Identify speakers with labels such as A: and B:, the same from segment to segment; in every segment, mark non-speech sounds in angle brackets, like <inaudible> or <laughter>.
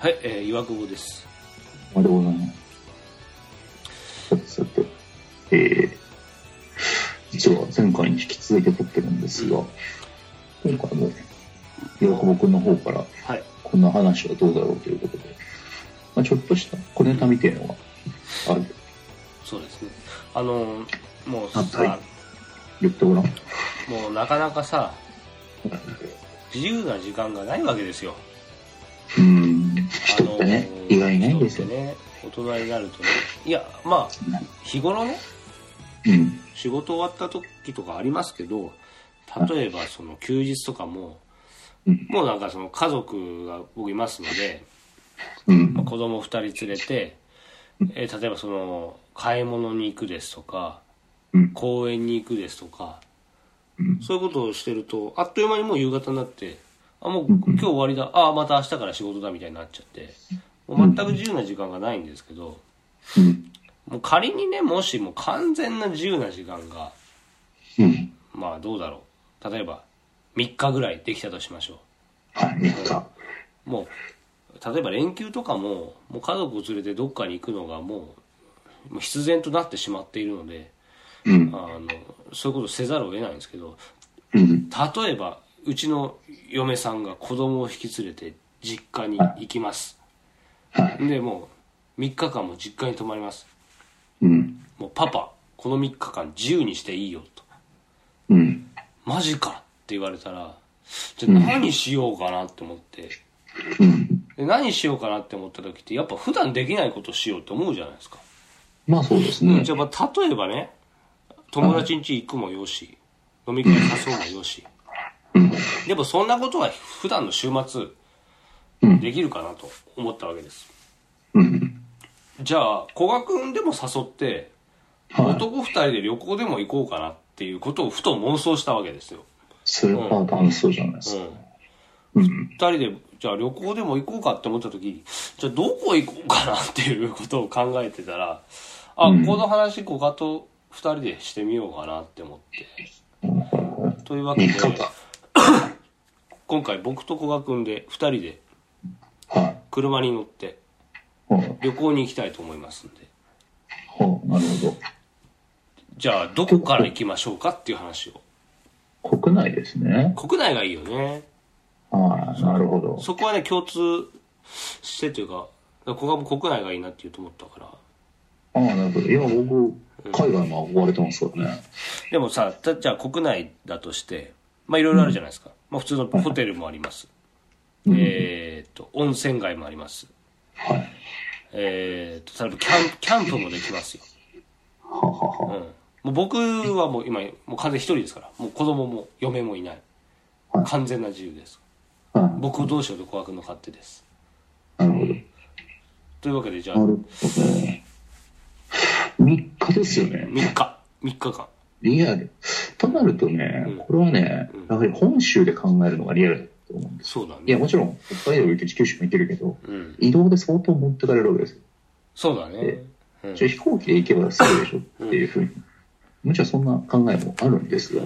A: はい、えー、岩久保です。
B: おめでとうございます。さてさて、えー、実は前回に引き続いて撮ってるんですが、今回も、岩久保君の方から、
A: はい。
B: こんな話はどうだろうということで、まあ、ちょっとした小ネタみたいのがある。
A: そうですね。あのー、もう
B: あは
A: さ、
B: 言ってごらん。
A: もうなかなかさ、自由な時間がないわけですよ。
B: うん、人ってね、
A: あのー
B: 意外いないんですよ
A: 人
B: ね。
A: ってね。大人になるとね。いや、まあ、日頃ね、
B: うん、
A: 仕事終わった時とかありますけど、例えばその休日とかも、
B: うん
A: もうなんかその家族が僕いますので、
B: うん
A: まあ、子供二2人連れて、えー例えばその買い物に行くですとか
B: うん、
A: 公園に行くですとか
B: うん
A: そういうことをしてるとあっという間にもう夕方になってあもう今日終わりだあまた明日から仕事だみたいになっちゃってもう全く自由な時間がないんですけど
B: うん、
A: もう仮にねもしもう完全な自由な時間が
B: うん。
A: まあどうだろう例えば3日ぐらいできたとしましょう
B: はい、三日。
A: もう例えば連休とかももう家族を連れてどっかに行くのがもうもう必然となってしまっているので
B: うん
A: あ、のそういうことせざるを得ないんですけど
B: うん、
A: 例えばうちの嫁さんが子供を引き連れて実家に行きます
B: はい、
A: でもう3日間も実家に泊まります
B: うん、
A: もうパパこの3日間自由にしていいよと
B: うん、
A: マジかって言われたらじゃあ何しようかなって思って、
B: うん。
A: で何しようかなって思った時ってやっぱ普段できないことしようって思うじゃないですか、
B: まあそうですね
A: じ。ゃあまあ例えばね友達ん家行くもよし飲み会誘うもよし
B: うん、
A: でもそんなことは普段の週末
B: うん
A: できるかなと思ったわけです
B: うん。
A: じゃあ古賀君でも誘って
B: はい。
A: 男二人で旅行でも行こうかなっていうことをふと妄想したわけですよ、
B: それは楽しそうじゃないで
A: う
B: すか。
A: ん、
B: うん。
A: 二人でじゃあ旅行でも行こうかって思った時じゃあどこ行こうかなっていうことを考えてたらあ、
B: うん
A: この話古賀と二人でしてみようかなって思ってというわけ
B: 見
A: で
B: 方。
A: <coughs> 今回僕と古賀君で二人で
B: は
A: 車に乗って
B: い。はい。
A: 旅行に行きたいと思いますんで
B: はい。なるほ
A: じゃあどこから行きましょうかっていう話を
B: ど。国内ですね。
A: 国内がいいよね
B: はい。なるほど。
A: そこはね共通してというか古賀も国内がいいなって言うと思ったから
B: ああ、なるほど。いや、僕、海外も憧れてますからね。
A: でもさ、たじゃあ国内だとして、まあいろいろあるじゃないですか。まあ普通のホテルもあります。
B: うん
A: えっと、温泉街もあります。
B: はい。
A: えっ、と、例えばキャンキャンプもできますよ。
B: はは
A: うん。
B: は。
A: もう僕はもう今、もう完全に一人ですから。もう子供も嫁もいない。完全な自由です。
B: は
A: 僕どうしようと小悪の勝手です。
B: い。なるほど。
A: というわけで、じゃあ、
B: な
A: 3
B: るほどね。3日ですよね。
A: 日、3日間。
B: リアル。となるとね、これはね、やはり本州で考えるのがリアルだと思うんです。
A: そうだ
B: いや、
A: ね。
B: もちろん、北海道行ける、九州も行けるけど、
A: うん。
B: 移動で相当持ってかれるわけですよ。
A: そうだね。うん
B: じゃあ飛行機で行けばすぐでしょっていうふうに、むちゃそんな考えもあるんですが、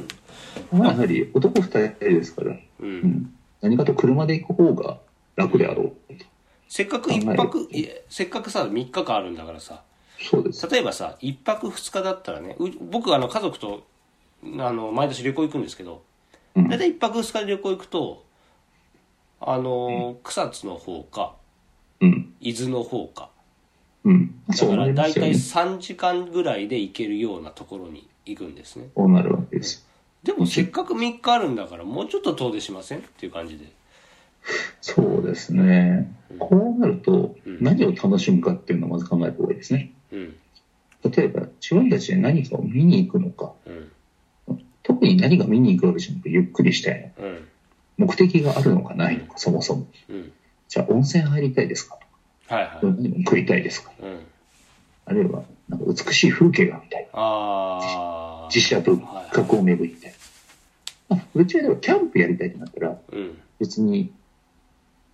B: まあ、やはり男二人ですから、
A: う。
B: うんん、何かと車で行く方が楽であろうと。
A: せっかく一泊、いえせっかくさ、3日間あるんだからさ、
B: そうです。
A: 例えばさ1泊2日だったらねう僕あの家族とあの毎年旅行行くんですけど
B: うん
A: 大体1泊2日で旅行行くとあの草津の方か
B: うん。
A: 伊豆の方か
B: うん。
A: だ
B: そ
A: か
B: うな
A: ら
B: りま
A: 大
B: すよ
A: 体
B: ね。
A: 3時間ぐらいで行けるようなところに行くんですね
B: そうなるわけです。
A: でもせっかく3日あるんだからもうちょっと遠出しませんっていう感じで
B: そうですね。こうなると、何を楽しむかっていうのをまず考えた方がいいですね。
A: うん
B: 例えば、自分たちで何かを見に行くのか、
A: うん
B: 特に何か見に行くわけじゃなくゆっくりしたいのか
A: うん
B: 目的があるのかないのか、そもそも。
A: うん
B: じゃあ温泉入りたいですか
A: はいは
B: 何も食いたいですか
A: いうん
B: あるいはなんか美しい風景が見たい
A: ああ
B: 自社仏閣を巡りたい、まあ、うちはでもキャンプやりたいってなったら
A: うん
B: 別に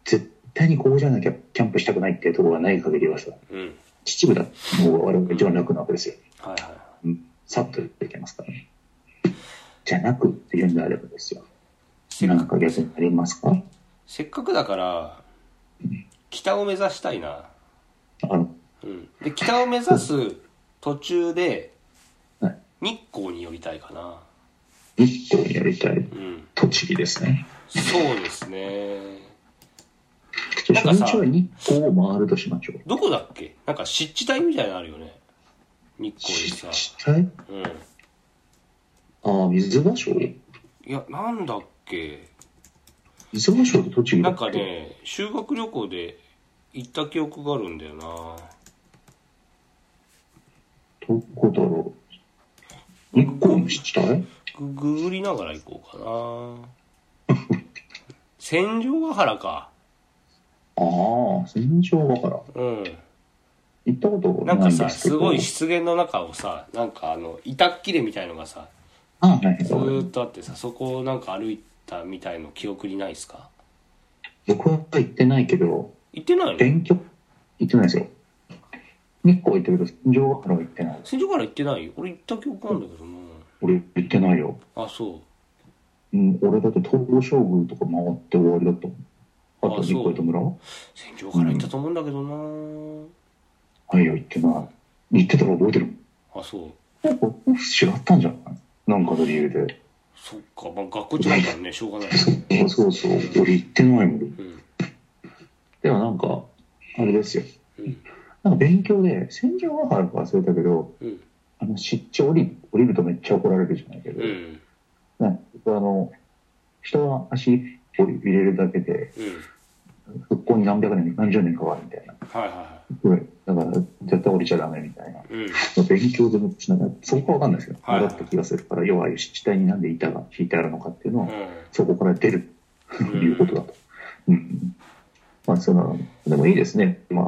B: 絶対にここじゃなきゃキャンプしたくないっていうところがない限りはさ
A: うん
B: 秩父だの方が我々が一番楽なわけですよ、
A: はいはい
B: うん、さっとできますからねじゃなくっていうんであればですよ
A: せっか
B: 何
A: く
B: か逆にありますか
A: せっかくだから、北を目指したいな。
B: あの、
A: うん。で、北を目指す途中で
B: はい、
A: 日光に寄りたいかな。
B: 日光にやりたい
A: うん。
B: 栃木ですね。
A: そうですね。
B: じゃ
A: な
B: あ
A: んか
B: 初
A: さ
B: 日は日光を回るとしましょう。
A: どこだっけなんか湿地帯みたいなのあるよね。日光にさ。
B: はい
A: うん。
B: ああ、水場所水
A: いや、なんだっけ
B: 場所で栃木
A: な
B: だっ
A: んか
B: け
A: ね、修学旅行で行った記憶があるんだよな。
B: どこだろう。日光の湿地帯
A: ぐ、ぐぐりながら行こうかな。
B: <laughs>
A: 戦場ヶ原か。
B: ああ、戦場だから。
A: うん。
B: 行ったこと
A: なん
B: な
A: か
B: いで
A: さ、
B: すけ
A: す
B: ど。
A: ごい湿原の中をさ、なんかあの、板っきれみたいのがさ、
B: ああ、はい
A: ずーっとあってさ、そこをなんか歩いたみたいの記憶にないですか
B: 僕は行ってないけど、
A: 行ってないの
B: 勉強行ってないですよ。日光行ったけど、戦場からは行ってない。
A: 戦場から行ってない俺行った記憶あるんだけどな。
B: 俺行ってないよ。
A: あ、そう。
B: うん、俺だって東郷将軍とか回って終わりだったもん。あ
A: あそ
B: と
A: う
B: 日光糸村は
A: 戦場から行ったと思うんだけどな、
B: いや、行ってない。行ってたら覚えてるもん。
A: あそう
B: なんか違ったんじゃないなんかの理由で。
A: そっかまあ学校違う <laughs> からねしょうがない、
B: そうそうそう、俺行ってないもん。
A: うん
B: でもなんか、あれですよ。
A: うん
B: なんか勉強で、戦場は原か忘れたけど、
A: うん
B: あの、湿地降り、降りるとめっちゃ怒られるじゃないけど、
A: うん
B: ね、あの、人は足を入れるだけで、
A: うん
B: 復興に何百年、何十年かかるみたいな。
A: はいはいは
B: うんだから、絶対降りちゃダメみたいな。
A: いうん
B: 勉強でもつながって、そこはわかんないですよ。
A: はい
B: だった気がするから、要はああいう湿地帯になんで板が引いてあるのかっていうのは、そこから出ると
A: うん
B: いうことだと。うん。まあ、その、でもいいですね。まあ、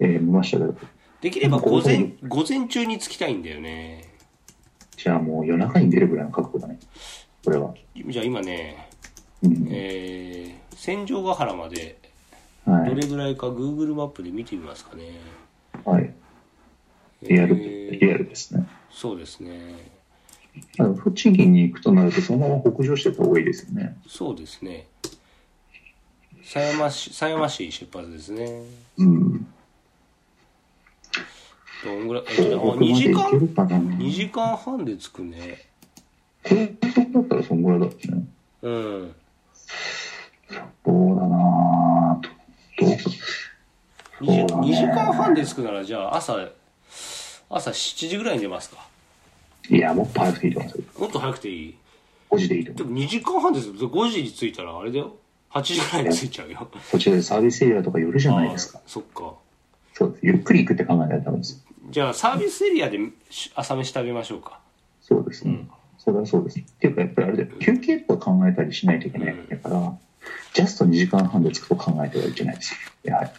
B: えー見ましたけど、
A: できれば午前午前中に着きたいんだよね
B: じゃあもう夜中に出るぐらいの覚悟だね。これは。
A: じゃあ今ね
B: うん。
A: えー、戦場ヶ原まで
B: は
A: ど
B: い。
A: れぐらいか Google マップで見てみますかね
B: はい。リアル、
A: えー
B: リアルですね。
A: そうですね
B: あの栃木に行くとなると、そのまま北上してった方がいいですよね。
A: そうですね狭山市狭山市出発ですね
B: うん。
A: どんぐらいえっとねあ
B: 東
A: 2
B: 北ま
A: 時
B: で行け
A: 間
B: るかな。
A: 2時間半で着くね
B: 高速だったらそんぐらいだったね。
A: うん
B: そうだなぁと。どう
A: 2
B: そうだね
A: 時間半で着くならじゃあ朝朝7時ぐらいに出ますか
B: いや、もっと早くていいと思いますよ。
A: もっと早くていい
B: 5時でいいと思
A: で
B: いま
A: も2時間半ですよ5時に着いたらあれだよ8時ぐらいに着いちゃうよ
B: す。こちらでサービスエリアとか夜じゃないですか。
A: あーそっか
B: そうです。ゆっくり行くって考えないとダメです。
A: じゃあサービスエリアでし朝飯食べましょうか
B: そうですね。それはそうです。っていうか、やっぱりあれだよ。休憩とか考えたりしないといけないから、ジャスト2時間半で着くと考えてはいけないです。やはり。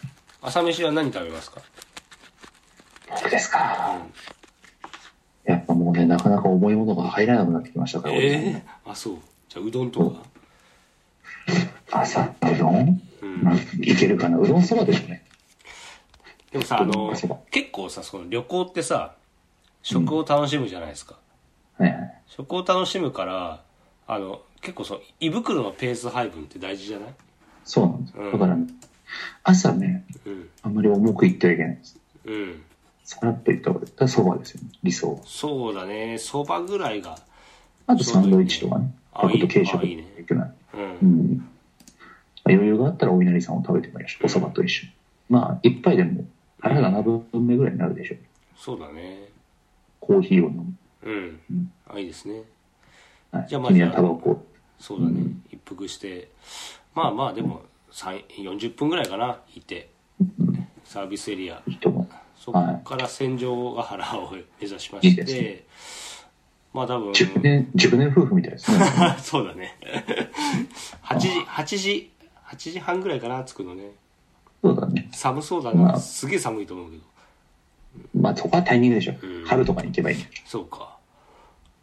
A: 朝飯は何食べますか
B: 僕ですか。やっぱもうね、なかなか重いものが入らなくなってきましたから、俺
A: ええー、あそうじゃあうどんとか
B: 朝うどん、
A: うん
B: なんいけるかなうどんそばですね。
A: でもさあの
B: そうか
A: 結構さその旅行ってさ食を楽しむじゃないですか、
B: はいはい。
A: 食を楽しむからあの結構その胃袋のペース配分って大事じゃない
B: そうなんです
A: うん
B: よ。だからね、朝ね、
A: うん
B: あんまり重くいってはいけないです。
A: うん
B: さらっといった方がいい。だからそばですよね、理想は。
A: そうだねそばぐらいが
B: あとサンドイッチとかね。
A: あ
B: あと軽
A: いいねあ
B: 食
A: いいね
B: いけない。
A: う
B: うんん。余裕があったらお稲荷さんを食べてもいいし、お蕎麦と一緒に。まあ、一杯でも腹が7分目ぐらいになるでしょう。
A: そうだね
B: コーヒーを飲む。
A: うん、
B: うん
A: あいいですね
B: はい、
A: じゃあまあ
B: 君はタバコ。
A: そうだね、
B: うん
A: 一服してまあまあでも3 40分ぐらいかないて
B: うん
A: サービスエリア
B: いいと思う。
A: そこから戦場ヶ原を目指しま
B: いい
A: して、
B: ですね
A: まあ多分
B: 熟年、熟年夫婦みたいですね。
A: あ <laughs> そうだね。8時、8時、8時半ぐらいかな、着くのね。
B: そうだね。
A: 寒そうだ
B: ま
A: な。
B: あ
A: すげえ寒いと思うけど。
B: まあ、そこはタイミングでしょ
A: うん。
B: 春とかに行けばいい。
A: そうか。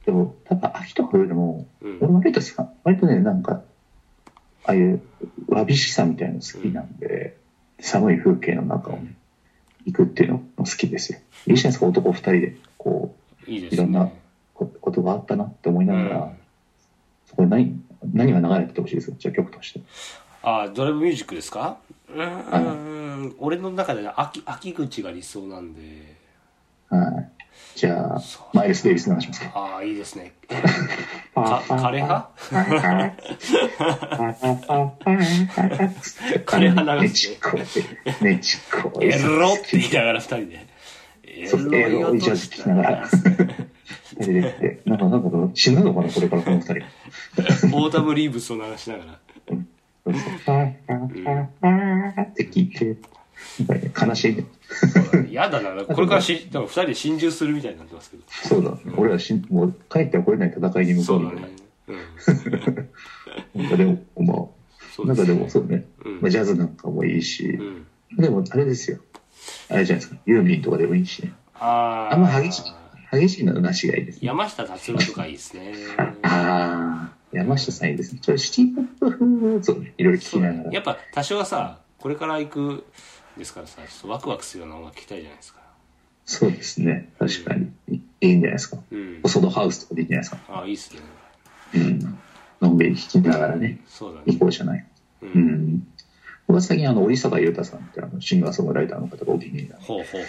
B: でも、ただ秋とかよりも、
A: うん。
B: 俺割とさ、割とね、なんか、ああいう、わびしさみたいなの好きなんで、寒い風景の中をね、行くっていうのも好きですよ。いいじゃないですか、男二人で、こ
A: いいで
B: い
A: す
B: ろんな
A: ね。
B: う、こことがあったなって思いうながら、
A: ん。
B: そこで何、何が流れててほしいですか、じゃあ曲として。
A: あドライブミュージックですかうーん俺の中では秋秋口が理想なんで
B: はい。じゃあ
A: そう、
B: マイルス・デイビスの話しますか。
A: ああいいですねか彼派彼派なん
B: ね
A: です
B: ち
A: ね
B: っこい。ねちっこい。
A: エロって言いながら二人でエ
B: そうエロを
A: 音
B: 一応聞きながら。でででなんか、なんか、死ぬのかな、これからこの二人。
A: オータムリーブスを流しながら
B: って聞いて、なんかね悲しいね。
A: 嫌だなこれからしだから二人で心中するみたいになってますけど
B: そうだ、俺らしん、もう帰っては来れない戦いに向こ
A: そうう
B: み
A: だ
B: たい
A: ね
B: な。
A: うん
B: なんかでも、ま
A: そ
B: あ、
A: う
B: な
A: で
B: んか
A: す
B: で
A: ね
B: もそうね、
A: うん
B: まあ、ジャズなんかもいいし
A: う、ん
B: でもあれですよ。あれじゃないですか、ユーミンとかでもいいしね。
A: あー
B: あんま激しい、激しいのはなしがいいですね。
A: 山下達郎とかいいですね
B: ああ、山下さんいいですね。ちょっとシティポップ風をね、いろいろ聞きなが
A: や
B: ら。
A: っぱ多少はさこれから行くですからさちょっとワクワクするような音楽聴きたいじゃないですか
B: そうですね。確かに。いいいんじゃないですか。
A: うん
B: ソドハウスとかでいいんじゃないですか。
A: あいいっすね
B: うん。のんびり聞きながらね、
A: そうだ
B: 行
A: ね
B: こうじゃない。
A: う
B: うんん。僕は最近、あの、織坂優太さんって、あの、シンガーソングライターの方がお気に入りなんで、
A: ほうほう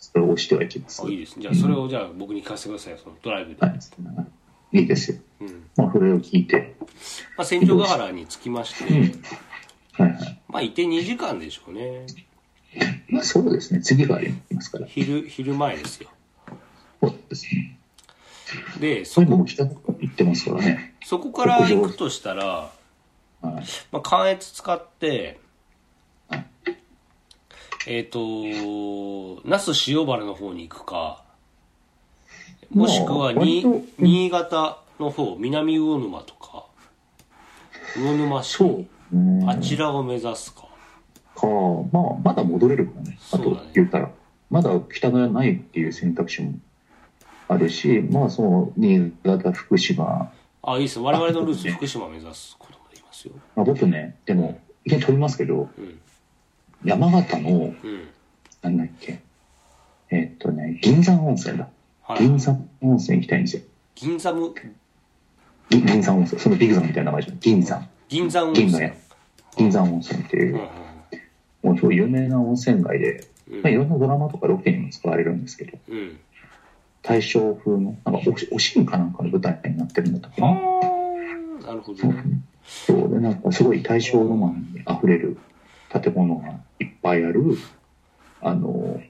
B: それを押してはいきます。
A: ほうあ
B: はい
A: いですねじゃあそれをじゃあ僕に聞かせてくださいよそのドライブで、
B: い。いいですよ。
A: うん
B: まあ、それを聞いて。
A: まあ、戦場ヶ原につきまして、
B: うんはいはい。
A: まあいて2時間でしょうね
B: まあ、そうですね。次がありますから。
A: 昼昼前ですよ
B: そうですね。
A: で
B: そ
A: そ
B: れで
A: こ
B: も北の方行ってますからね。
A: そこから行くとしたら、
B: はい。
A: まあ、関越使って
B: はい
A: えっ、と那須塩原の方に行くか
B: まあ
A: もしくは
B: 割
A: に
B: とうん
A: 新潟の方南魚沼とか魚沼市
B: うーん
A: あちらを目指すか
B: か、まあ、まだ戻れるからね。あ
A: そう
B: と
A: だね
B: 言ったら、まだ北がないっていう選択肢もあるし、まあ、その、新潟、福島、
A: あいいですね我々のルー
B: そう
A: ツ
B: ですね
A: 福島目指すこともできますよ
B: まあ、僕ね、でも、意見飛びますけど、
A: うん
B: 山形の、
A: うん
B: なんだっけ、えっとね、銀山温泉だ。
A: は
B: 銀
A: い
B: 山温泉行きたいんですよ。
A: 銀座む
B: 銀銀山温泉、そのビグザみたいな名前じゃん。銀山。
A: 銀座温
B: 銀
A: 泉
B: のや。銀山温泉ってい
A: うん
B: う、もう超有名な温泉街で、
A: うん
B: まあ、いろんなドラマとかロケにも使われるんですけど、
A: うんうん
B: 大正風の、なんかおし、おしんかなんかの舞台になってるんだったかな。
A: はあなるほどね
B: そうで、なんかすごい大正ロマンに溢れる建物がいっぱいある、あの、温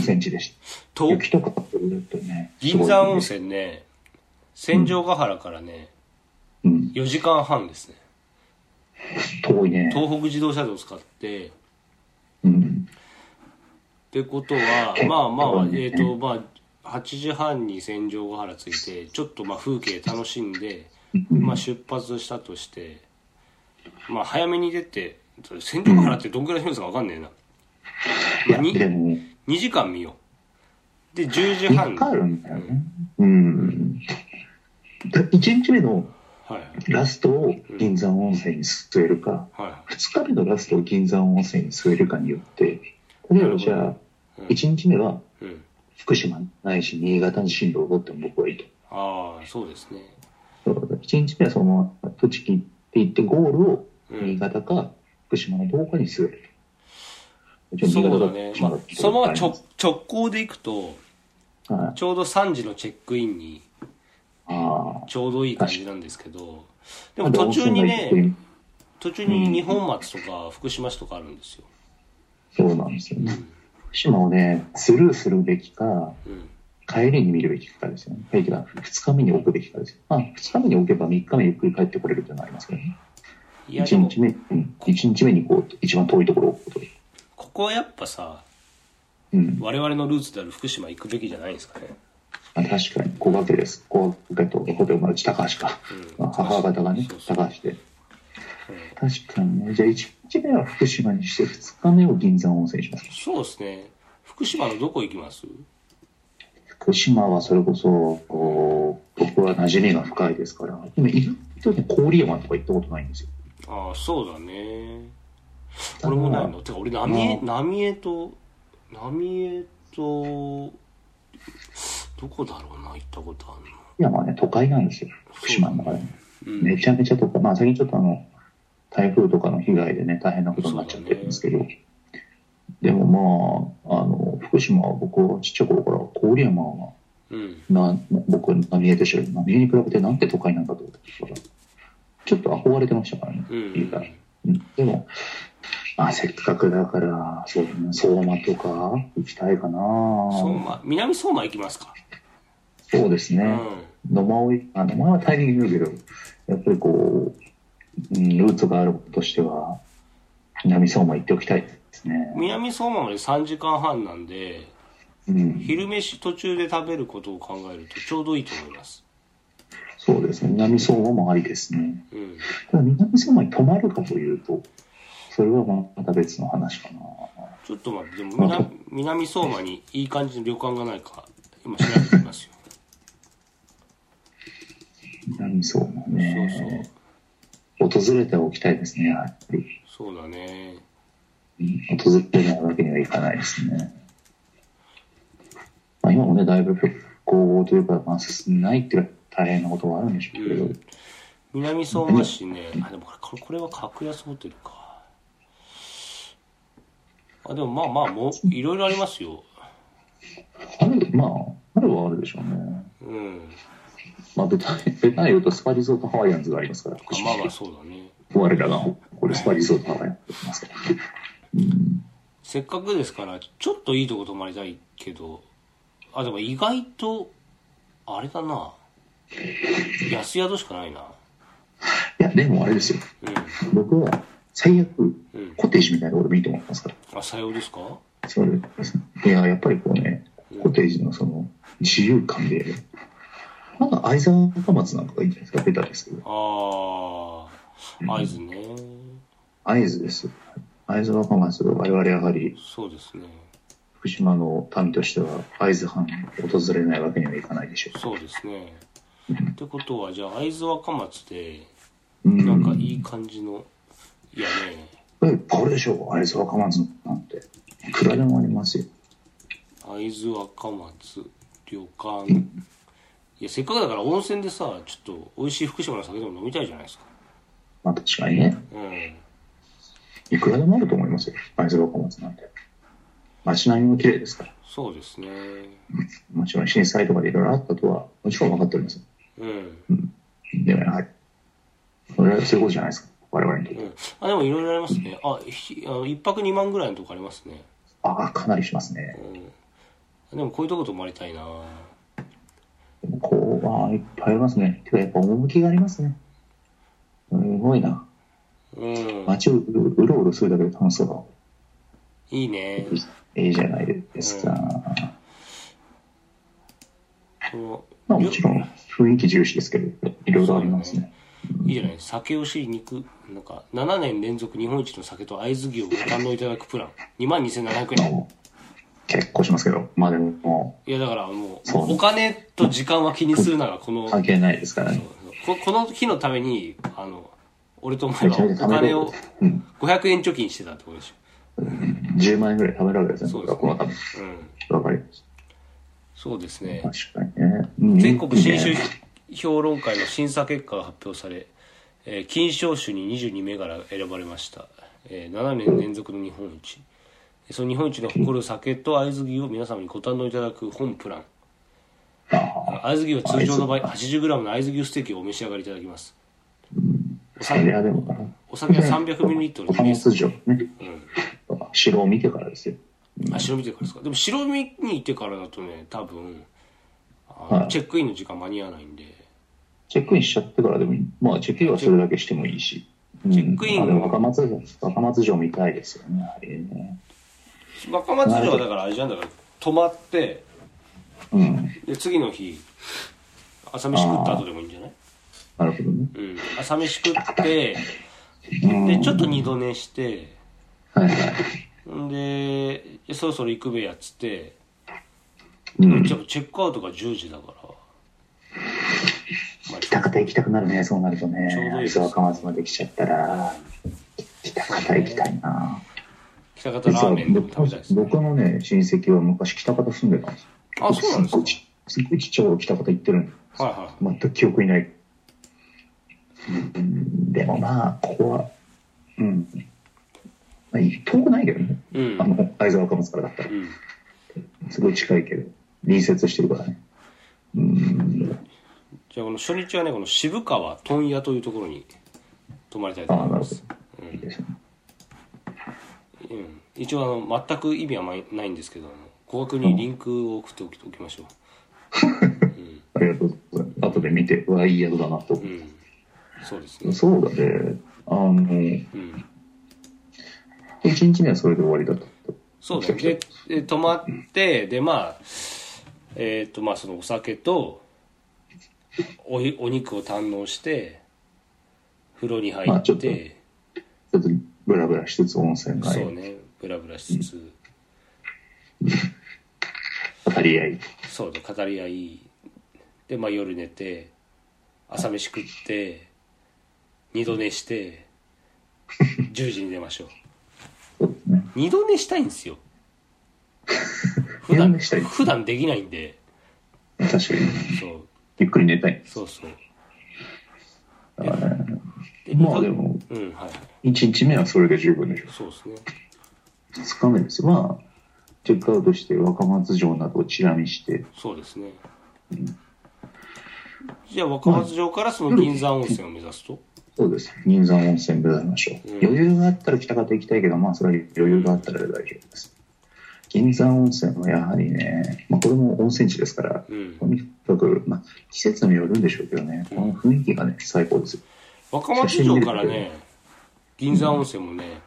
B: 泉地でした。
A: と
B: 雪とか降るとね、すご
A: 銀
B: い
A: 山温泉ね戦場ヶ原からね
B: うん、
A: 4時間半ですね
B: 遠いね。
A: 東北自動車道を使ってっ
B: うん。
A: てことはまあまあえっ、とまあ8時半に戦場ヶ原着いてちょっとまあ風景楽しんで、まあ、出発したとしてまあ早めに出て戦場ヶ原ってどんくらい広いんですか分かんねえな、
B: いや、
A: まあ、
B: で
A: 2,
B: も、
A: 時間見ようで10時
B: 3
A: 半
B: 日あるんだよね。うん。1日目の
A: はいはい
B: ラストを銀山温泉に据えるか、
A: は
B: 2日目のラストを銀山温泉に据えるかによって、例えばじ
A: なる
B: ゃあ
A: ほ、ど
B: 1日目は
A: いう、ん、
B: 福島ないし新潟に進路を取っても僕はいいと。
A: ああそうですね
B: そう1日目はそのまま栃木って行ってゴールを
A: うん
B: 新潟か福島のどこかに据える。じゃあ新
A: そう
B: 潟
A: だ
B: か
A: ね
B: 福、島
A: ま
B: だ
A: あ
B: っ、て
A: そのまま
B: こ
A: 直直行で行くと
B: とはい
A: ちょうど3時のチェックインに
B: あ
A: ちょうどいい感じなんですけどで
B: あ。
A: も途中に
B: 温
A: ね
B: 泉街行って
A: 途中に二本松とか福島市とかあるんですよ、
B: そうなんですよ
A: う
B: ね。
A: ん
B: 福島をね、スルーするべきか、
A: うん、
B: 帰りに見るべきかですよね。帰りが2日目に置くべきかですよ。まあ、2日目に置けば3日目ゆっくり帰ってこれるっていうのはありますけどね。
A: いやで
B: 1
A: も
B: 日目、うん、一日目にこう、一番遠いところを置くことで。
A: ここはやっぱさ
B: うん。
A: 我々のルーツである福島行くべきじゃないですかね
B: あ確かに、小掛けです。小掛けと、ホテルマち高橋か。
A: うん
B: まあ母方がね
A: そう、そう
B: 高橋で。確かにね。じゃあ、1日目は福島にして、2日目を銀山温泉にします。
A: そうですね福島のどこ行きます
B: 福島はそれこそ、こう僕は馴染みが深いですから、でも意外とね、郡山とか行ったことないんですよ。
A: ああそうだね俺もないのてか俺浪江
B: う
A: 浪江と浪江とどこだろうな行ったことあ
B: 福山はね、都会なんですよ。福島の中で。
A: るの、うん、
B: めちゃめちゃ都会。まあ、先にちょっとあの、台風とかの被害でね、大変なことになっちゃってるんですけど、でもまあ、あの、福島は僕はちっちゃい頃から郡山が
A: うん。
B: な僕、浪江でしょ、浪江に比べてなんて都会なんだと思ったから、ちょっと憧れてましたからね、
A: う
B: いいから
A: ん。
B: うんでも、まあ、せっかくだから、そうだね、相馬とか行きたいかな、
A: 相馬、南相馬行きますか。
B: そうです
A: う
B: ね、
A: ん。
B: 野間を、あ野間はタイミングだけど、やっぱりこう、うん、ルーツがあることとしては、南相馬行っておきたいですね。
A: 南相馬まで3時間半なんで、
B: うん、
A: 昼飯途中で食べることを考えるとちょうどいいと思います。
B: そうですね、南相馬もありですね。
A: うん。
B: ただ、南相馬に泊まるかというと、それはまた別の話かな。
A: ちょっと待って、でも南南相馬にいい感じの旅館がないか、今調べてみますよ。
B: 南相馬
A: そう
B: ね。
A: そう。
B: 訪れておきたいですね、やはり。
A: そうだね。
B: うん訪れないわけにはいかないですね。まあ、今もね、だいぶ復興というか、まあ、進んでないっていうのは大変なことはあるんでしょうけど、
A: うん南相馬市ね、あ、でもこれ、これは格安ホテルか。あ、でもまあまあ、もう、いろいろありますよ。
B: 春、まあ、春はあるでしょうね。
A: うん。
B: まあ、ベ <laughs> タ、ベタ言うとスパリゾートハワイアンズがありますから、
A: あまあまあ、そうだね。
B: 我らが、これスパリゾートハワイアンズがありますから。うん
A: せっかくですから、ちょっといいとこ泊まりたいけど、あ、でも意外と、あれだな。安宿しかないな。
B: いや、でもあれですよ。僕は、最悪、
A: うん。うん。
B: コテージみたいなところでもいいと思いますから。
A: あ、さようですか
B: そうですね。いや、やっぱりこうね、コテージのその、自由感で、まだ相沢高松なんかがいいんじゃないですか、ベタですけど。
A: ああ、合図ね。
B: 会津です。会津若松は我々やはり、
A: そうですね。
B: 福島の民としては、会津藩を訪れないわけにはいかないでしょ
A: そうですね。ってことは、じゃあ、会津若松で、
B: う。うん
A: なんかいい感じの、いやね、
B: え、これでしょう、会津若松なんて。いくらでもありますよ。
A: 会津若松、旅館。いや、せっかくだから温泉でさ、ちょっと美味しい福島の酒でも飲みたいじゃないですか。
B: まあ確かにね、
A: うん。
B: いくらでもあると思いますよ、会津若松なんて。街並みも綺麗ですから。
A: そうですね。
B: もちろん震災とかでいろいろあったとは、もちろん分かっております。
A: うん。
B: でもやはり、それはそういうことじゃないですか、我々にとっ
A: う
B: て。
A: ん。あ、でもいろいろありますね。あ、ひあの一泊二万ぐらいのとこありますね。
B: ああ、かなりしますね。
A: うん。でもこういうとこ泊まりたいな
B: でもこう、ああ、いっぱいありますね。てか、やっぱ趣がありますね。すごいな。
A: うん。
B: 街をうろうろするだけで楽しそう
A: いいね。
B: だ。いいじゃないですか。
A: こ
B: まあ
A: の、
B: もちろん、雰囲気重視ですけど、いろいろありますね。
A: いいじゃない酒を知りに行く。なんか、7年連続日本一の酒と会津牛をご堪能いただくプラン。22,700円。
B: 結構しますけど、まあでもも
A: いや、だからもう、
B: そう
A: お金と時間は気にするなら、この、
B: う関係ないですからね。
A: ここの日のために、あの、俺とお前
B: め
A: は
B: ちゃめ
A: お
B: ちゃ貯め
A: 金
B: る
A: を
B: うん、
A: 500円貯金してたってことでし
B: 10万円ぐらい貯めるわけですね、
A: そうですね
B: 僕はこ
A: ょ。う
B: の
A: ん。
B: ため。わかりまし
A: そうですね
B: た。。確かにねうん。
A: 全国新
B: いい
A: 酒
B: ね
A: 評論会の審査結果が発表され、えー金賞酒に22銘柄が選ばれました、えー7年連続の日本一その日本一が誇る酒と会津牛を皆様にご堪能いただく本プラン
B: ああ
A: 会津牛は通常の場合 80g の会津牛ステーキをお召し上がりいただきますお
B: それ
A: 酒
B: はでもな。
A: お酒は 300ml
B: 他の
A: です、
B: 筋をね、
A: うん、
B: 城を見てからですよ。
A: あ白身でからですかでも白身に行ってからだとね多分あの
B: はい
A: チェックインの時間間に合わないんで
B: チェックインしちゃってからでもいい。まあ、チェックインはそれだけしてもいいし。
A: チェックイン
B: うんあでも若松城、若松城見たいですよね、やはりね。
A: 若松城はだからあれじゃんだから泊まって
B: うん。
A: で次の日朝飯食った後でもいいんじゃない、
B: なるほどね。
A: うん、朝飯食って
B: うん
A: でちょっと二度寝して
B: はいはい。
A: んででそろそろ行くべやっつって
B: うん。
A: ちょチェックアウトが10時だから、まあ、
B: 行きたかった行きたくなるね、そうなるとね。
A: ちょうどいいです
B: 実は若松まで来ちゃったら、行きたかった行きたいな。
A: 北方ラ
B: 実
A: ー
B: は
A: メンでも食べたいですね
B: 僕のね、親戚は昔北方住んでたんですよ。
A: あそうなんですか
B: すっごいちっちゃい頃北方行ってるんで
A: はいは
B: 全く記憶にない。うんでもまあ、ここは、うん。まあ、遠くないけどね。
A: うん
B: あの、会津若松からだったら
A: う。ん
B: すごい近いけど、隣接してるからね。うん。
A: じゃあこの初日はねこの渋川問屋というところに泊まりたいと
B: ああ、
A: 思い
B: な
A: ま
B: るほ
A: す、
B: ど。いいですね。
A: うん、一応あの全く意味はまいないんですけどあの小額にリンクを送っておきおきましょ
B: ありがとうございます。後で見て、うわ、いい宿だなと
A: うう
B: 思
A: んそうです
B: う。
A: ね
B: そうだね。あの、
A: うん
B: 一日目はそれで終わりだった。
A: そうだねでで泊まってでまあえっ、とまあそのお酒とおいお肉を堪能して風呂に入
B: まあ
A: っ
B: ちょっと
A: て、
B: ちょっとブラブラしつつ温泉街
A: そうねブラブラしつつ、
B: 語り合い。
A: そうね語り合いで、まあ、夜寝て朝飯食って二度寝して10時に出ましょう
B: そうですね。
A: 二度寝したいんですよ普
B: 二度
A: 段
B: 寝したい
A: 普段できないんで
B: 確かに。
A: そう
B: ゆっくり寝たい。
A: そうそうで
B: まあ
A: 二
B: で
A: 度
B: も、
A: うんはい
B: 一日目はそれで十分でしょ
A: そうですね
B: う。二日目です。まあ、チェックアウトして若松城などをチラ見して、
A: そうですねじゃあ若松城からその銀山温泉を目指すと
B: そうです。銀山温泉でございましょう。
A: うん
B: 余裕があったら北方行きたいけど、まあ、それは余裕があったらで大丈夫です。銀山温泉はやはりね、まあ、これも温泉地ですから、
A: うん
B: とにかく、まあ、季節によるんでしょうけどね、この雰囲気がね、最高ですよ。
A: 若松城からね銀山温泉もね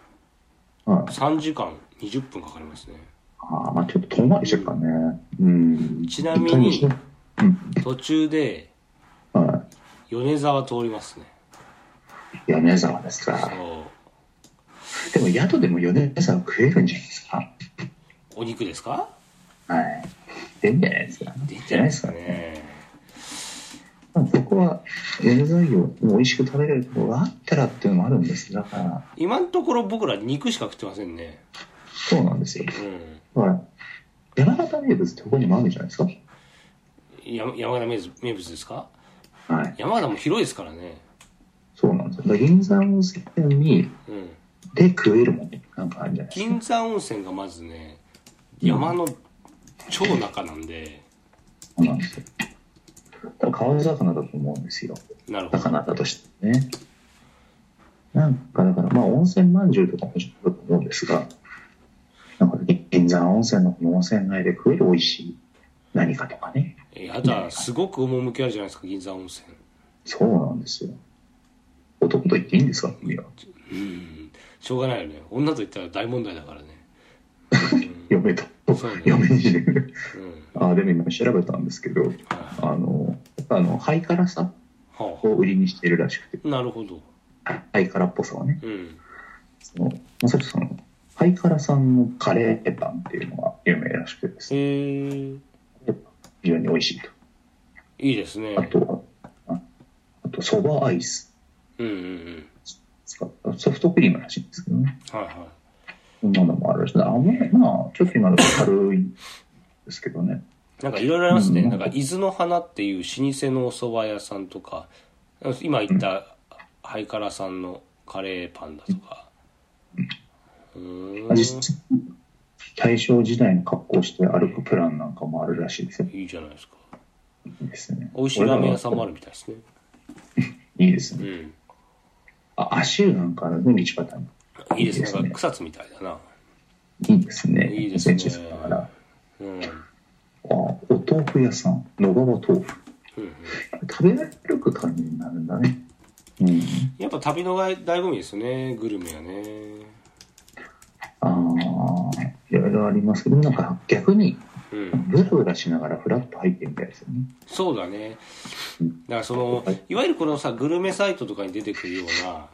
B: まあ、
A: 3時間20分かかりますね
B: あーまあ、ちょっと遠回りしてるからね。うん。
A: ちなみに
B: いかうん。
A: 途中で
B: は
A: 米沢通りますね
B: い。米沢です
A: そ
B: か。
A: う
B: でも宿でも米沢食えるんじゃないですか。
A: お肉ですか
B: はい。出んじゃないですか。
A: 出
B: 出
A: て
B: ん
A: ん
B: じゃないですかね。
A: ね
B: まあ、そこは原材料を美味しく食べれるところがあったらっていうのもあるんですだから
A: 今のところ僕ら肉しか食ってませんね
B: そうなんですよ
A: うん
B: だから山形名物ってここにもあるんじゃないですか
A: や山形名物名物ですか
B: はい
A: 山形も広いですからね
B: そうなんですよだから銀山温泉に
A: うん
B: で食えるもんなんかあるんじゃないですか
A: 銀山温泉がまずね山の超中なんで
B: そうなんですよ多分川魚だと思うんですよ
A: なるほど
B: 魚だとしてねなんかだからまあ温泉まんじゅうとかもちょっと思うんですがなんか銀山温泉のこの温泉街で食える美味しい何かとかね
A: えやだすごく趣あるじゃないですか銀山温泉
B: そうなんですよ。男と言っていいんですかいや、
A: うんしょうがないよね女と言ったら大問題だからね、うん
B: 嫁と。
A: そうね
B: 嫁にしてる。
A: うん
B: あーでも今調べたんですけど、
A: は
B: あの、あの、ハイカラさ
A: いは
B: を売りにしているらしくて、
A: あなるほど
B: ハイカラっぽさはね、
A: うん
B: その、まさきさん、ハイカラさんのカレーパンっていうのが有名らしくてですね、
A: へえ
B: 非常に美味しいと。
A: いいですね
B: あとは、ああと、そばアイス
A: うんうんうん
B: 使ったソフトクリームらしいんですけどね。
A: はいは
B: そんなのもあるし、あんまり、まあ、ちょっと今のと軽いですけどね。
A: いなんかいろいろありますね、
B: うん
A: なんか伊豆の花っていう老舗のお蕎麦屋さんとか今言ったハイカラさんのカレーパンだとかうーん
B: 実際大正時代の格好をして歩くプランなんかもあるらしいですよ。
A: いいじゃないですか
B: いいですね。
A: 美味しいラーメン屋さんもあるみたいですね
B: いいです
A: う
B: ね。
A: ん
B: あ、足湯なんかあるね、道端に。
A: いいですね
B: いいですね
A: なんか草津みたいだない
B: いですね。
A: いいですね
B: おせちだから。あ、
A: うん
B: お豆腐屋さん、野川豆腐。
A: うん
B: 食べ歩く感じになるんだね。うん。
A: やっぱ旅の醍醐味ですよねグルメはね
B: ああ、いろいろありますけど、なんか逆に、
A: うん
B: ブラブラしながらフラッと入ってみたいですよね。
A: そうだねだからそのいわゆるこのさグルメサイトとかに出てくるような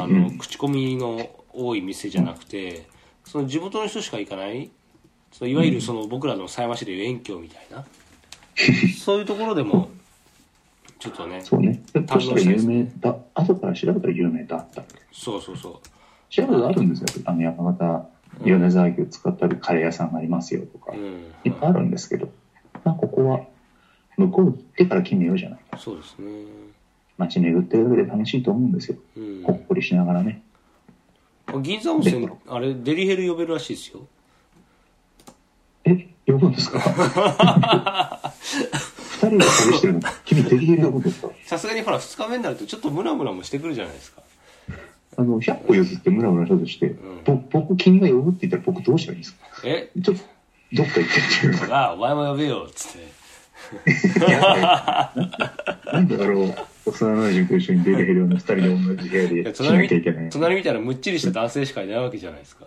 A: あの、口コミの多い店じゃなくてその地元の人しか行かないそのいわゆるその僕らの狭山市でいう遠郷みたい
B: <laughs>
A: なそういうところでもちょっとね
B: そうね。ひょっとしたら有名だ、後から調べたら有名だった。
A: そうそうそう
B: 調べたことあるんですよ。あの山形、米沢牛使ったカレー屋さんがありますよとか、
A: う
B: い
A: ん、
B: っぱいあるんですけど、まあ、ここは向こう行ってから決めようじゃない。
A: そうですね
B: 街巡ってるだけで楽しいと思うんですよ。
A: うん
B: ほっこりしながらね。
A: あ銀座温泉あれデリヘル呼べるらしいですよ
B: え、呼ぶんですか <laughs> 二人が旅してるの君、デリヘル呼ぶんですか
A: さすがにほら2日目になるとちょっとムラムラもしてくるじゃないですか
B: あの、100歩譲ってムラムラしたとして、
A: ん
B: ぼ僕、君が呼ぶって言ったら僕どうしたらいいですか
A: え
B: ちょっと、どっか行ってっていう
A: <laughs>
B: か、
A: あお前も呼べよっつって
B: なんだろう、幼馴染と一緒にデリヘルの二人で同じ部屋
A: いや
B: でしなきゃいけな
A: 隣。
B: い
A: 隣見たらむっちりした男性しかいないわけじゃないですか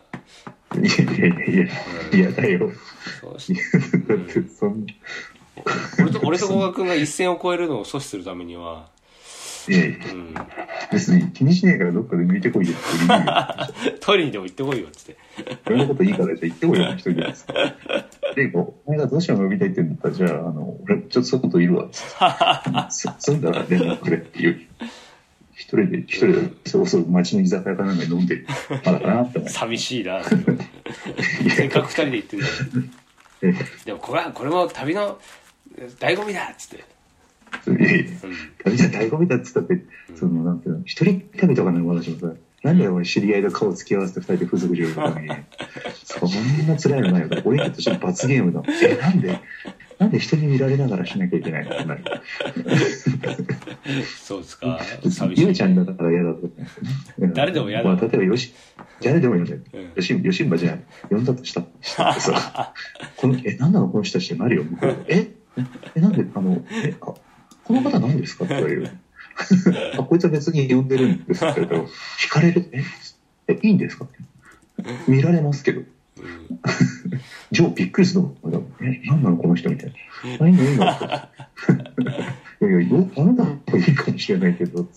B: いやいやいやいや、いやだよ。
A: そうし
B: いやだって <laughs> そんな、
A: 俺と俺と古賀君が一線を越えるのを阻止するためにはい
B: やいや、
A: うん
B: 別に気にしねえからどっかで抜いてこいよって言うよ。
A: トイレにでも行ってこいよっつって
B: 俺のこといいからって言ってこいよ、一人
A: <laughs>
B: で。で、お前がどうしても呼びたいって言うんだったら、じゃあ、あの、俺、ちょっと外いるわ、つって。そ、そんだら連絡くれって言う。一人で、一人で、それこそ街の居酒屋かなんかに飲んで、まだかなって思って。
A: 寂しいな
B: いや
A: せっかく2人で行ってるのにでもこれはこれも旅のえ醍醐味だっつって、
B: いやいや
A: うん、
B: 旅じゃ醍醐味だっつったって、その、なんていうの、一人旅とかの私もさ、なんで俺知り合いと顔付き合わせて二人で風俗嬢とかに、そんな辛いのないから、俺らとしては罰ゲームだ。え、なんで、なんで人に見られながらしなきゃいけないのってなる。
A: そうですか寂し
B: ゆうち
A: い
B: ゃんだから嫌だとかね。うん
A: 誰でも嫌だ
B: まあ、例えばよし、誰でも嫌だよ
A: うん。
B: よし、よしんばじゃん、呼んだとしたしたってさ、この、え、なんなのこの人たちってなるよ、向こうええ、なんで、あの、え、あ、この方何ですかって言われ
A: <laughs>
B: る。あ、こいつは別に呼んでるんですけど、聞かれる、え、え、いいんですか見られますけど。
A: うん
B: ジョーびっくりするの。え、なんなのこの人みたいな。あ、いいのいいの <laughs> いやいや、よあなたもいいかもしれないけど、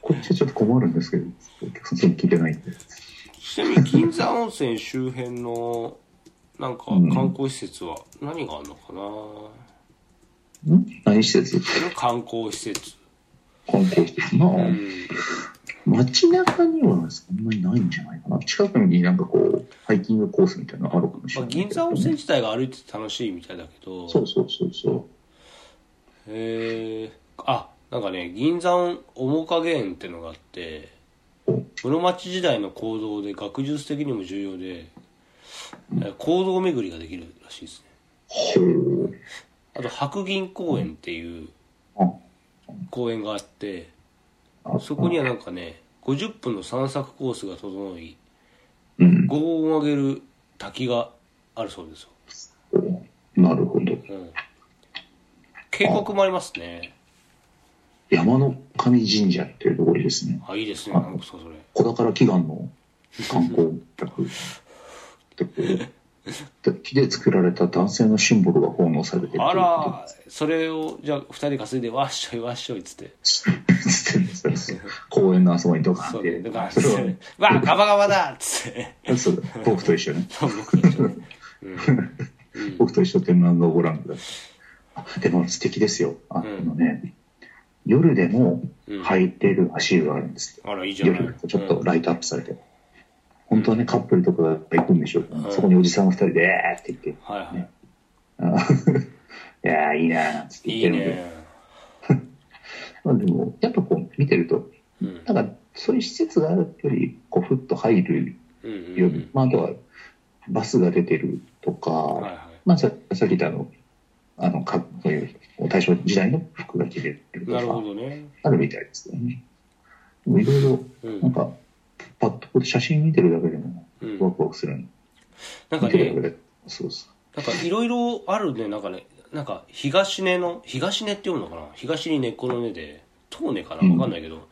B: こっちはちょっと困るんですけど、お客さんそれ聞いてないんで。
A: ちなみに銀座温泉周辺のなんか観光施設は何があるのかなん
B: 何施設
A: 観光施設
B: 観光施設まあ、
A: うん
B: 街中にはそんなにないんじゃないかな。近くになんかこう、ハイキングコースみたいなのあるかもしれ
A: まあ、
B: ないけどね、
A: 銀座温泉自体が歩いてて楽しいみたいだけど
B: そうそうそうそう。
A: へえあなんかね銀座面影園ってのがあって
B: お
A: 室町時代の行動で学術的にも重要で行動巡りができるらしいですね
B: ほう。
A: あと白銀公園っていう
B: あ
A: 公園があって
B: あ
A: そこにはなんかね50分の散策コースが整い
B: うん。
A: 轟音を上げる滝があるそうですよ、
B: なる
A: う
B: ほど。
A: ん、渓谷もありますね
B: 山の神神社っていうところですね。
A: あいいですねなんかそうそれ
B: 小宝祈願の観光客で木で作られた男性のシンボルが奉納されている
A: あらそれをじゃあ2人稼いでわっしょいわっしょいっつって
B: つってそうそう <laughs> 公園のあそこにドカン
A: そ
B: っ
A: うねだ
B: て
A: <laughs> から
B: それは
A: そうねわあガバガバだっつって <laughs>
B: そうだ僕と一 <laughs> 緒ね
A: そう僕たちはねうん
B: 僕と一緒って漫画をご覧くださいあでも素敵ですよあ
A: ん
B: のね、夜でも
A: うん
B: 履いてる足湯があるんですよ、
A: あらいいじゃない
B: 夜ちょっとライトアップされて、本当はねカップルとかが行くんでしょうけど、そこにおじさん二人でえーって言って
A: はいは
B: あ <laughs> いやーいいなーっつって
A: い
B: 言っ
A: い
B: て
A: い
B: るんで。
A: ね
B: まあでも、やっぱこう見てると、
A: うん
B: なんかそういう施設があるより、こうふっと入る
A: うんうんう
B: より、
A: ん
B: まああとはバスが出てるとか、
A: はいは
B: まあささっき言ったあの、あの、かこういう大正時代の服が着れる
A: い
B: と
A: なるほ
B: か、
A: どね
B: あるみたいですよね。でもいろいろ、
A: うん
B: なんか、パッとこう写真見てるだけでも
A: うん
B: ワクワクするの。
A: なんか
B: 見てるだ
A: ね
B: けで。そうそう。
A: なんかいろいろあるねなんかねなんか東根の東根って読むのかな東に根っこの根で東根かなわかんないけど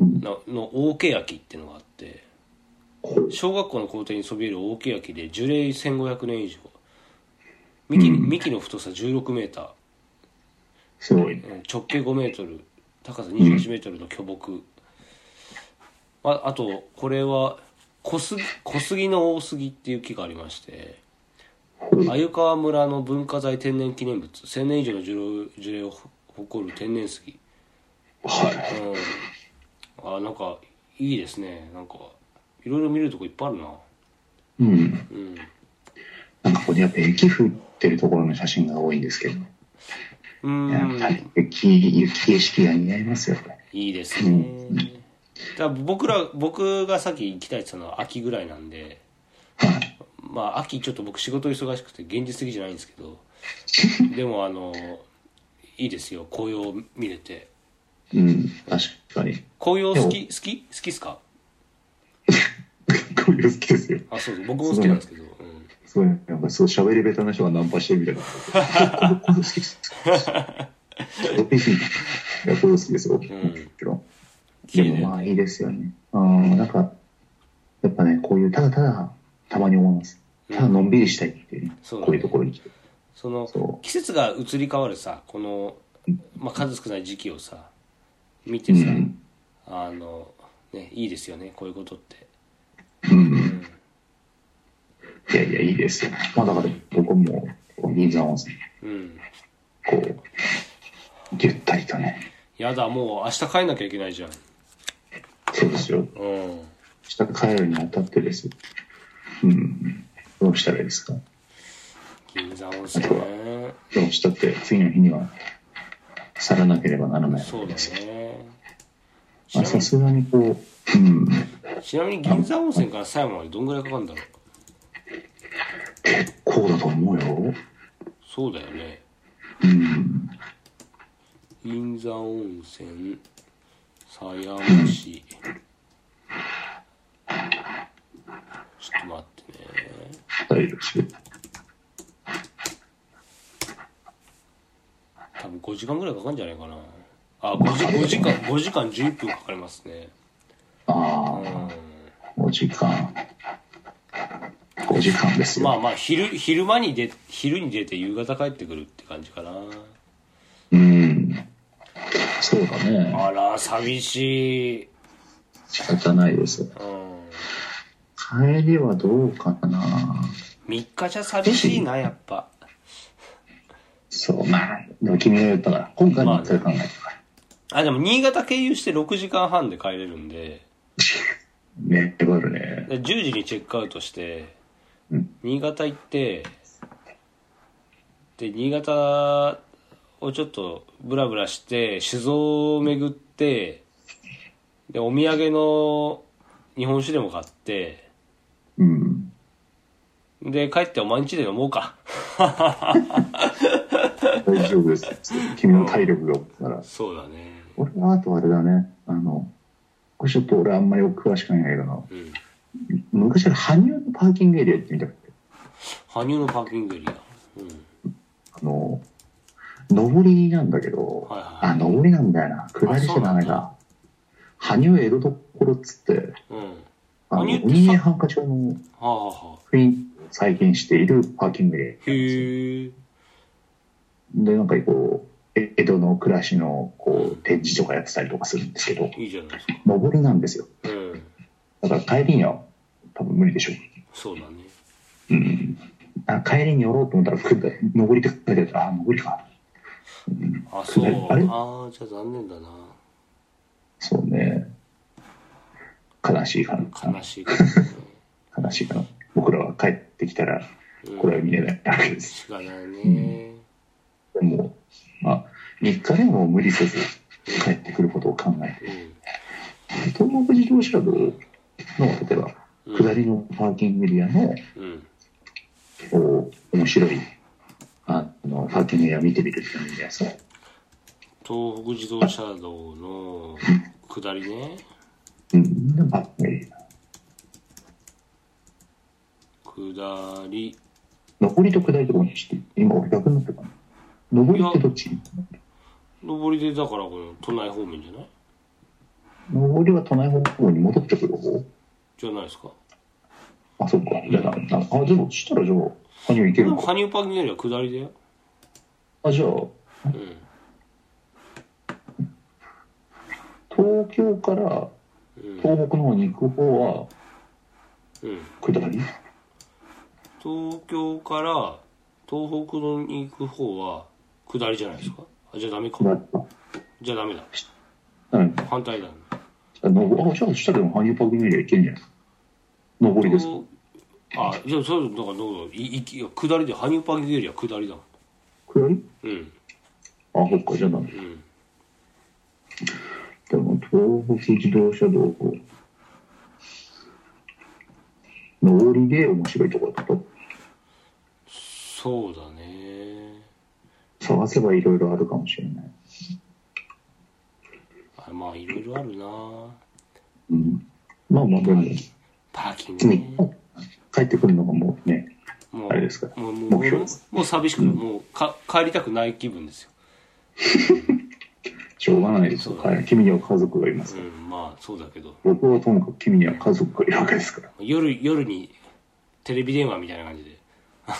B: うん
A: なの大ケヤキっていうのがあって
B: こう
A: 小学校の校庭にそびえる大欅で樹齢1500年以上幹に
B: うん
A: 幹の太さ16メータ
B: すごいね。
A: ー直径5メートル高さ21メートルの巨木ああとこれは小杉小杉の大杉っていう木がありまして
B: こう
A: 鮎川村の文化財天然記念物1000年以上の樹齢樹齢を誇る天然杉
B: はい。
A: うんあなんかいいですねなんかいろいろ見るとこいっぱいあるな
B: うん。
A: うん
B: なんかここでやっぱ雪降ってるところの写真が多いんですけど、
A: うん
B: やっぱり雪、雪景色が似合いますよ、これ
A: いいですね。だから僕ら僕がさっき行きたいって言ったのは秋ぐらいなんでまあ秋ちょっと僕仕事忙しくて現実的じゃないんですけ
B: <laughs>
A: どでもあのいいですよ紅葉見れて
B: うん、確かに。
A: 紅葉好き好き好きっすか
B: こういう好きですよ。
A: あそうそう僕も好きなんですけど、うん
B: そういう、なんかそう喋り下手な人がナンパしてるみたいな。こういう好きです。ドピフィー。いや、こういう好きですよ。もちろん。
A: 綺麗
B: でも
A: だよ
B: まあ
A: ね
B: いいですよね。うん、なんか、やっぱね、こういう、ただただ、たまに思います。ただのんびりしたいっていうね、
A: そうだね
B: こういうところに来て。
A: その
B: そう
A: 季節が移り変わるさこの、まあ、数少ない時期をさ見てさ、
B: うん
A: あのねいいですよねこういうことって
B: うん。いやいや、いいですよ。まあだから、僕も、こう銀座温泉、
A: うん
B: こう、ゆったりとね。
A: やだもう明日帰んなきゃいけないじゃん
B: そうですよ。
A: うん
B: 下帰るにあたってですよ。うん。どうしたらいいですか
A: 銀山温泉ね
B: どうしたって、次の日には、去らなければならない
A: そうだねち
B: <laughs> ま
A: な
B: あ
A: み
B: さ
A: に
B: すがにこう、うん。
A: ちなみに銀山温泉から狭山までどんぐらいかかるんだろう
B: こうだと思うよ。
A: そうだよね
B: うん。
A: 銀座温泉狭山市ちょっと待ってね
B: 大丈夫ですよ。
A: 多分5時間ぐらいかかるんじゃないかなあ5時5時間5時間11分かかりますね
B: あ
A: うん
B: あ、5時間。5時間ですよ。
A: まあまあ昼昼間にで昼に出て夕方帰ってくるって感じかな
B: うん。そうだね。
A: あら寂しい
B: 仕方ないです。
A: うん
B: 帰りはどうかな。
A: 3日じゃ寂しいなやっぱ
B: そう、まあ、でも君が言ったから、今回のそれ考えたから。
A: あでも新潟経由して6時間半で帰れるんで
B: ね、粘るね。
A: で10時にチェックアウトして
B: うん
A: 新潟行ってで新潟をちょっとブラブラして酒造を巡ってでお土産の日本酒でも買って
B: うん。
A: で帰ってお前ん家で飲もうか
B: 大丈夫です。君の体力が起きたら。
A: <laughs> そうだね
B: 俺はあとあれだね。あの、これちょっと俺あんまり詳しくないんだけどな。
A: うん
B: 昔から羽生のパーキングエリア行ってみたくて。
A: 羽生のパーキングエリアうん
B: あの、上りなんだけど、
A: はいはい
B: あ、上りなんだよな。下りしちゃダメ
A: あそうなん
B: だ。羽生江戸所っつって、
A: うん
B: あの、
A: 羽生ってさ
B: 人間繁華町の
A: はあはあはあ
B: 雰囲気を再現しているパーキングエリアなんですよ。
A: へえ
B: で、なんかこう、え江戸の暮らしのこう展示とかやってたりとかするんですけど、
A: いいじゃないですか
B: 上りなんですよ。
A: うん
B: だから帰りには多分無理でしょう。
A: そうだね
B: うん。あ帰りに寄ろうと思ったら、下り上りって書いてあるから、あ、上りか。
A: あそうあ
B: あれ
A: あーじゃあ残念だな
B: そうね。悲しいか
A: 悲
B: な。
A: しいからね
B: 悲しいかな。僕らは帰ってきたら、
A: うん
B: これは見れないわけです。
A: しかないね
B: もう、まあ、3日でも無理せず帰ってくることを考えて、
A: う
B: 東北自動車道の、例えば、
A: ん
B: 下りのパーキングエリアの、
A: うん
B: こう、面白い、あの、パーキングエリア見てみるっていうのもいいんじゃないですか。
A: 東北自動車道の下りね
B: うん、でもパーキングエリア。
A: 下り
B: 上りと下りとかにして、今俺逆になってるかな。上りってどっち
A: 上りでだからこの都内方面じゃない
B: 上りは都内方向に戻ってくる方
A: じゃないですか
B: あ、そっか。じゃあ、なあ、でも、したらじゃあ、羽生行け
A: で
B: る
A: も
B: か。
A: 羽生パーキングエリア下りだよ
B: あ、じゃあ、
A: うん
B: 東京から
A: うん
B: 東北の方に行く方は、
A: うん
B: 下り
A: 東京から東北のに行く方は下りじゃないですかあじゃあダメか
B: 下りか。
A: じゃあダメだ
B: うん。じ
A: 反対だ
B: ゃあ、上あ、じゃあ、したらでも羽生パーキングエリア行けるんじゃない上りです。
A: 東あじゃあそうだからどうぞいいき下りで羽生パーキングエリア下りだもん
B: 下り
A: うん
B: あ、そっか。じゃあ、なんだ
A: うん
B: でも、大口自動車道の上りで面白いところだと
A: そうだね
B: 探せばいろいろあるかもしれない、
A: あまあいろいろあるな
B: うん、まあまあでも
A: パーキング
B: 次
A: ね
B: 帰ってくるのがもうね
A: もう
B: あれですか
A: もうもう
B: 目標です
A: もう寂しくもうか帰りたくない気分ですよ
B: しょうがないですよ、はい、君には家族がいます
A: う
B: から、
A: んまあそうだけど
B: 僕はともかく君には家族がいるわけですから
A: 夜夜にテレビ電話みたいな感じであ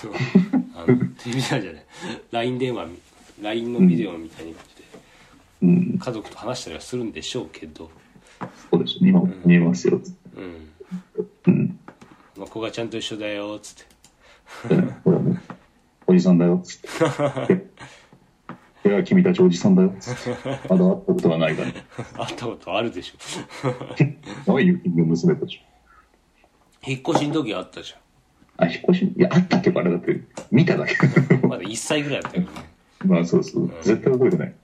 A: のあのテレビ電話じゃない LINE 電話み LINE のビデオみたいに感じで
B: うん
A: 家族と話したりはするんでしょうけど
B: そうですね今見えます <laughs> よ
A: うん
B: うん
A: まあ古賀ちゃんと一緒だよっつって <laughs>
B: ほらねおじさんだ <laughs> よっつって「いや君たちおじさんだよ」っつってまだ会ったことがない <laughs> から
A: 会ったことあるでしょ <laughs>
B: 可愛い雪の娘たち
A: 引っ越しの時あったじ
B: あ引っ越しいや会ったっていうかあれだって見ただけ <laughs>
A: ゃんまだ1歳ぐらいだったけどね
B: まあそうそう絶対覚えてない、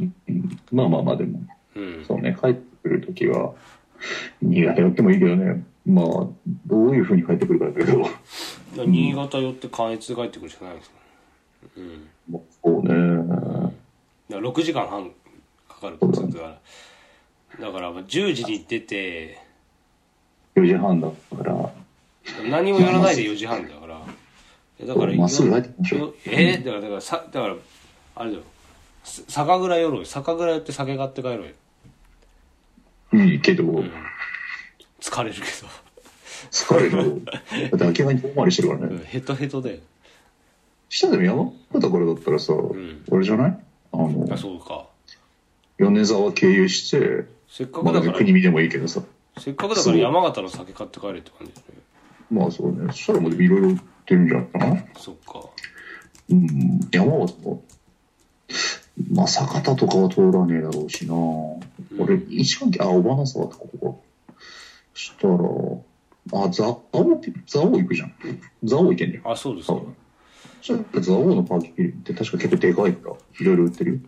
B: うんまあまあまあでも
A: うん
B: そうね帰ってくる時は新潟寄ってもいいけどねまあどういうふうに帰ってくるかだけど
A: だから新潟寄って関越で帰ってくるしかないですねうん
B: まあそうね
A: だから6時間半かかるって言ってたからだからまあ10時に出て
B: 4時半だから
A: 何もやらないで4時半だからえだから
B: まっすぐ帰ってきましょう
A: よえだからだからさだからあれだよさ酒蔵寄ろうよ酒蔵寄って酒買って帰ろうよ、
B: いいけど、
A: うん、疲れるけ
B: 疲
A: <laughs>
B: れるだって明らかに遠回りしてるから
A: ど、う
B: ね、
A: ん、 <laughs> ヘトヘトだよ
B: 下でも山形からだったらさ、
A: ん
B: あれじゃないあの
A: あそうか
B: 米沢経由して
A: せっか
B: ま
A: くだ
B: だ
A: か
B: ね
A: ら
B: 国見でもいいけどさ
A: せっかくだから山形の酒買って帰れって感じだね
B: まあそうねそしたらもういろいろ売ってるんじゃないかな
A: そっか
B: うん山形もまあ酒田とかは通らねえだろうしな、俺位置関係あ小花沢とかここかそしたらあ蔵王蔵王行くじゃん蔵王行けんじゃん
A: あそうですか
B: そうそしたら蔵王のパーキングって確か結構でかいからいろいろ売ってるよ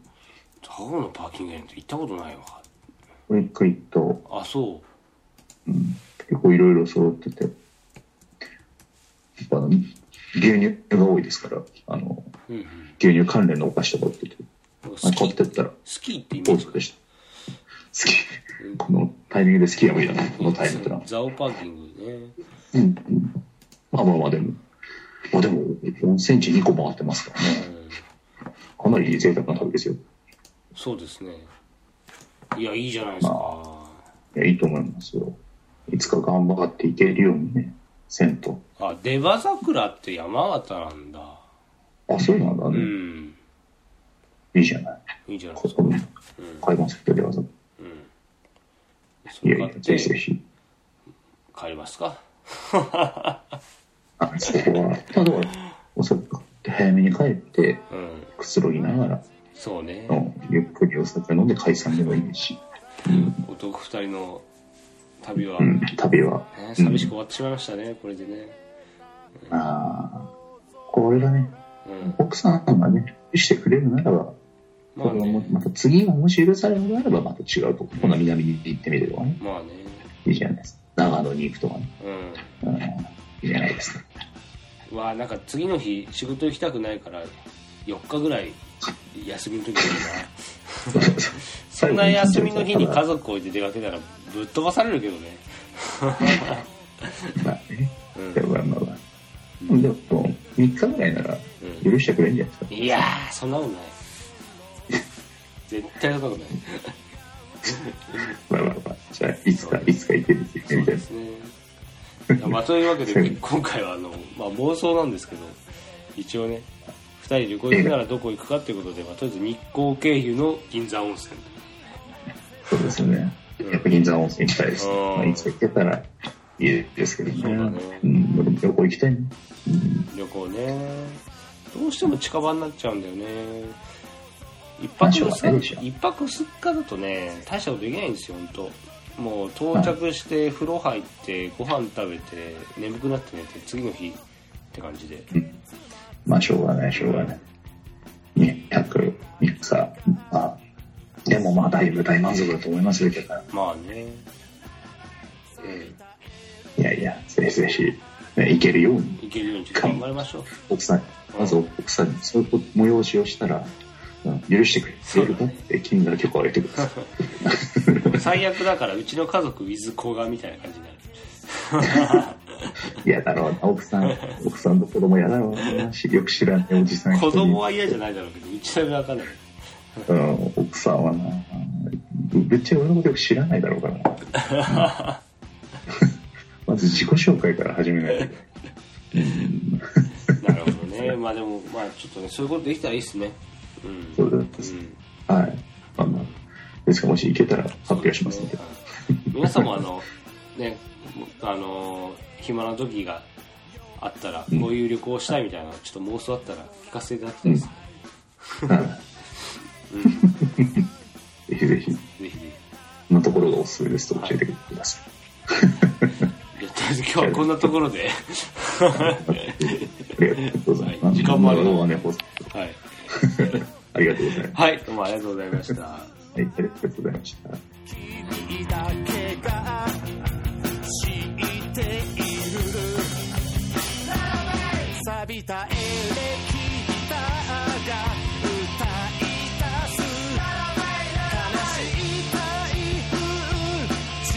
A: 蔵王のパーキングエリアって行ったことないわ
B: 俺一回行った
A: あそう
B: 結構いろいろ揃ってて、やっぱあの牛乳が多いですから、あの
A: うんうん
B: 牛乳関連のお菓子とか売ってて、
A: なんかス
B: まあ
A: キ
B: 買っ
A: ー
B: てったら、
A: スキーってイメ
B: ポ
A: ー
B: ー
A: ジ
B: ズでした。好き。このタイミングで好きは無理だな、このタイミングな。
A: ザオパーキングね
B: うんうん。まあまあまあ、でも、まあでも、温泉地2個回ってますからね。
A: うん
B: かなり贅沢な旅ですよ。
A: そうですねいやいいじゃないですか
B: いや、いいと思いますよ。いつか頑張っていけるようにね、せんと。
A: あ出羽桜って山形なんだ
B: あ、そうなんだ
A: う
B: ね。
A: ん
B: いいじゃない。
A: いいじゃない
B: こ
A: です
B: こ
A: か
B: の海岸線と出わざ
A: そ
B: い
A: れ
B: やい
A: 買
B: や
A: っ、
B: ぜ
A: て
B: ひぜひ。
A: 帰りますか
B: あそこは、まあ、だから、遅く買って早めに帰って、
A: うん
B: くつろぎながら、
A: そうね
B: うんゆっくりお酒飲んで解散でもいいし、
A: 男二人の旅は、
B: うん、旅は、
A: ね、寂しく終わってしまいましたねこれでね
B: ああ、これがね、
A: うん
B: 奥さんがね、してくれるならば、
A: まあ
B: これはもう
A: ね
B: また次がもし許されるならば、また違うとこ、この南に行ってみるとかね、
A: まあね
B: いいじゃないですか。長野に行くとかね、
A: うん
B: うん、いいじゃないですか。
A: わあなんか次の日仕事行きたくないから4日ぐらい休みの <laughs> 時だなそんな休みの日に家族置いて出かけたらぶっ飛ばされるけどね
B: まあね、
A: うん
B: でもまあまあまあ、でも、3日ぐらいなら許してくれるんじゃないですか。
A: いやーそんなことない絶対高くない
B: まあまあまあ、じゃあ、いつか、いつか行けるって言ってみたい
A: で
B: な。
A: すねいやまあというわけで今回はあの、まあ、妄想なんですけど一応ね2人旅行行くならどこ行くかっていうことで、まあ、とりあえず日光経由の銀山温泉
B: そうですよね。やっぱ銀座温泉行きたいです。
A: うん
B: まあ、いつか行けたらいいですけどね。
A: そうだね
B: ん、俺も旅行行きたいね。
A: 旅行ねどうしても近場になっちゃうんだよね一泊
B: まあしょうがないでし
A: 2
B: ょ
A: 日一泊二日だとね大したことできないんですよ本当もう到着して風呂入ってご飯食べて眠くなって寝て次の日って感じで
B: まあ、しょうがない、しょうがない。2泊3日、まあ、でもまあだいぶ大満足だと思いますよだから
A: まあね。え
B: いやいやぜひぜひ、ね、いけるように
A: えいけるようにちょっと頑張りましょう。
B: 奥さんまず奥さんにそういう催しをしたら、うん、許してくれるのって君の許可を得てくださ
A: 最悪だから、うちの家族、ウィズコガみたいな感じになる。
B: い嫌だろうな奥さん奥さんの子供嫌だろうなしよく知らないおじさん一人
A: 子供は嫌じゃないだろうけど、うちはわかんない。
B: うん、奥さんはなぶっちゃけ俺のことよく知らないだろうからなまず自己紹介から始めないと
A: な
B: <laughs>
A: るほどね。まあでも、まあちょっとね、そういうことできたらいいですね。うん。
B: そうです
A: うん
B: はい。あの、ですからもし行けたら発表しますので。
A: <laughs> 皆さんもあの、ね、あの、暇な時があったら、こういう旅行したいみたいな、ちょっと妄想あったら聞かせていただきたいです。
B: ぜひぜ
A: ぜ
B: ひ、
A: ひぜ
B: こんなところがおすすめですと教えてくださ
A: ひ。じゃあとりあえず今日はこんなところで、
B: い。ありがとうございま
A: はい
B: す。
A: 時間もある
B: のはね、放送
A: はい。
B: ありがとうございます。
A: はい、どうもありがとうございました。
B: はい、ありがとうございました。
C: 君だけが知っている錆びたエレキギターが歌い出す悲しい台風近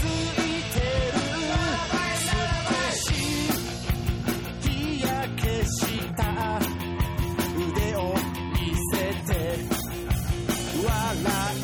C: づいてる少し日焼けした腕を見せて笑い